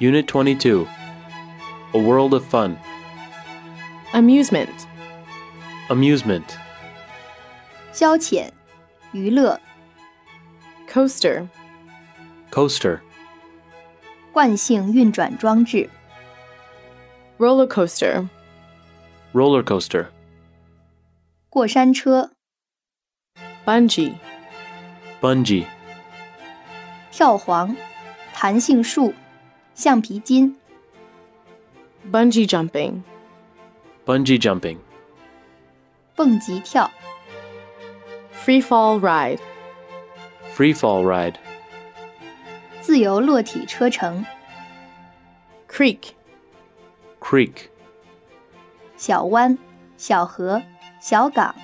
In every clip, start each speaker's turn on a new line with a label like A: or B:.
A: Unit 22 A World of Fun,
B: amusement,
A: Amusement,
C: 消遣、娱乐、
B: coaster,
A: Coaster,
C: 惯性运转装置、
B: roller coaster,
A: Roller Coaster,
C: 过山车、
B: bungee,
A: Bungee,
C: 跳簧、弹性树、橡皮筋、
B: bungee jumping,
A: Bungee Jumping,
C: 蹦极跳、
B: free fall ride,
A: Free Fall Ride,
C: 自由落体车程、
B: creek,
A: Creek,
C: 小湾、小河、小港、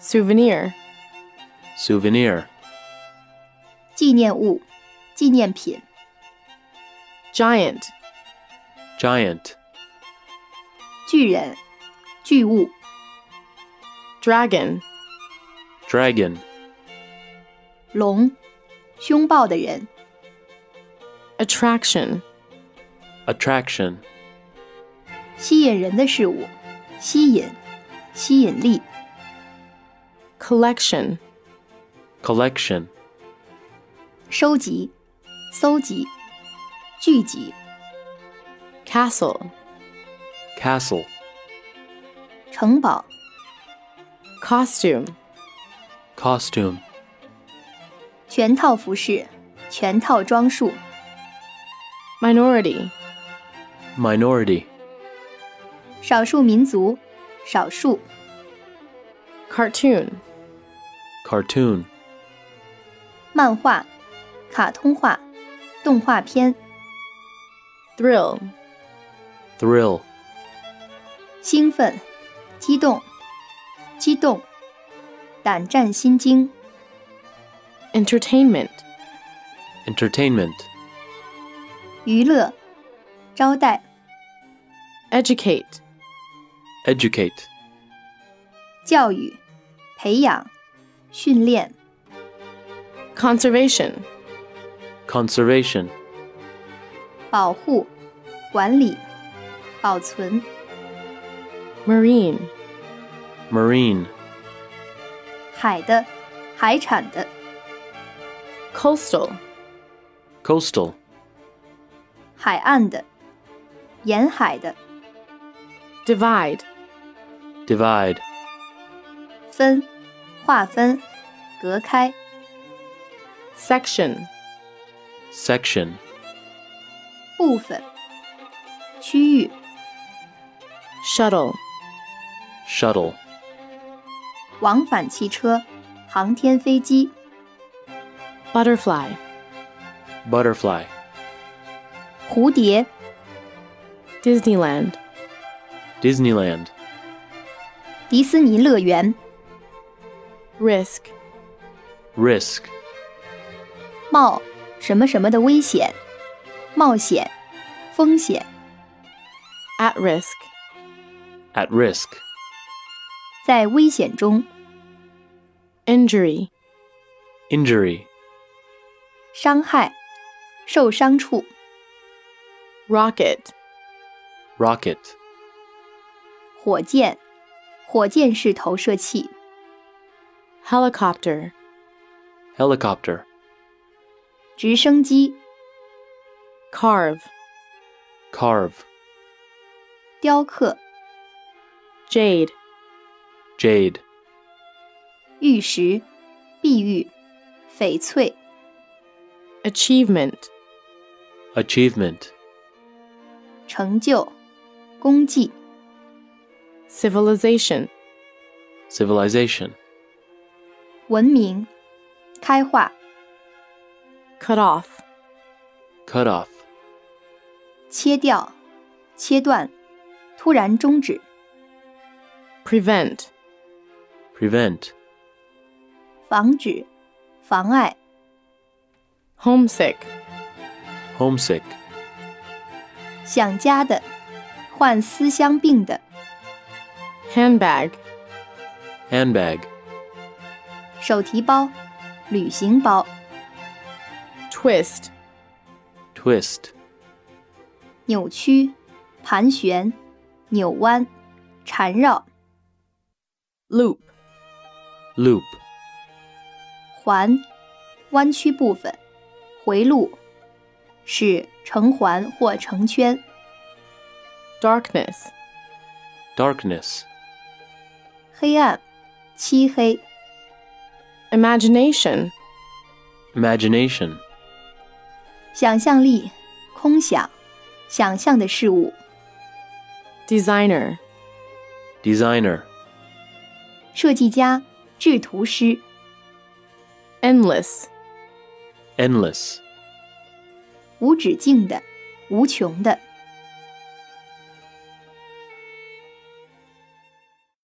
B: souvenir,
A: Souvenir,
C: 纪念物、纪念品、
B: giant,
A: Giant,
C: 巨人、巨物、
B: dragon,
A: Dragon,
C: 龙、凶暴的人、
B: attraction,
A: Attraction,
C: 吸引人的事物、吸引、吸引力、
B: collection,
A: Collection,
C: 收集、搜集、聚集、
B: castle,
A: Castle,
C: 城堡、
B: costume,
A: Costume,
C: 全套服饰、全套装束、
B: minority,
A: Minority,
C: 少数民族、少数、
B: cartoon,
A: Cartoon,
C: 漫画、卡通画、动画片、
B: thrill,
A: Thrill,
C: 兴奋、激动、激动、胆战心惊、
B: entertainment,
A: Entertainment,
C: 娱乐、招待、
B: educate,
A: Educate,
C: 教育、培养、训练、
B: conservation,
A: Conservation,
C: 保护、管理、保存、
B: marine,
A: Marine,
C: 海的、海产的、
B: coastal,
A: Coastal,
C: 海岸的、沿海的、
B: divide,
A: Divide,
C: 分、划分、隔开、
B: section,
A: Section,
C: 部分、区域、
B: shuttle,
A: Shuttle,
C: 往返汽车、航天飞机、
B: butterfly,
A: Butterfly,
C: 蝴蝶、
B: Disneyland,
A: Disneyland,
C: 迪斯尼乐园、
B: risk,
A: Risk,
C: 冒什么什么的危险、冒险、风险、
B: at risk,
A: At Risk,
C: 在危险中、
B: injury,
A: Injury,
C: 伤害、受伤处、
B: rocket,
A: Rocket,
C: 火箭、火箭式投射器、
B: helicopter,
A: Helicopter,
C: 直升机、
B: carve,
A: Carve,
C: 雕刻、
B: jade,
A: Jade,
C: 玉石、碧玉、翡翠、
B: achievement,
A: Achievement,
C: 成就、功绩、
B: civilization,
A: Civilization,
C: 文明、开化、
B: cut off,
A: Cut off,
C: 切掉、切断、突然终止、
B: prevent,
A: Prevent,
C: 防止、妨碍、
B: homesick,
A: Homesick,
C: 想家的、患思乡病的、
B: handbag,
A: Handbag,
C: 手提包、旅行包、
B: twist,
A: Twist,
C: 扭曲、盘旋、扭弯、缠绕、
B: loop,
A: loop,
C: 环、弯曲部分、回路，是成环或成圈。
B: darkness,
A: darkness,
C: 黑暗、漆黑、
B: imagination,
A: imagination,
C: 想象力、空想、想象的事物、
B: designer,
A: designer,
C: 设计家、制图师、
B: endless,
A: endless,
C: 无止境的、无穷的。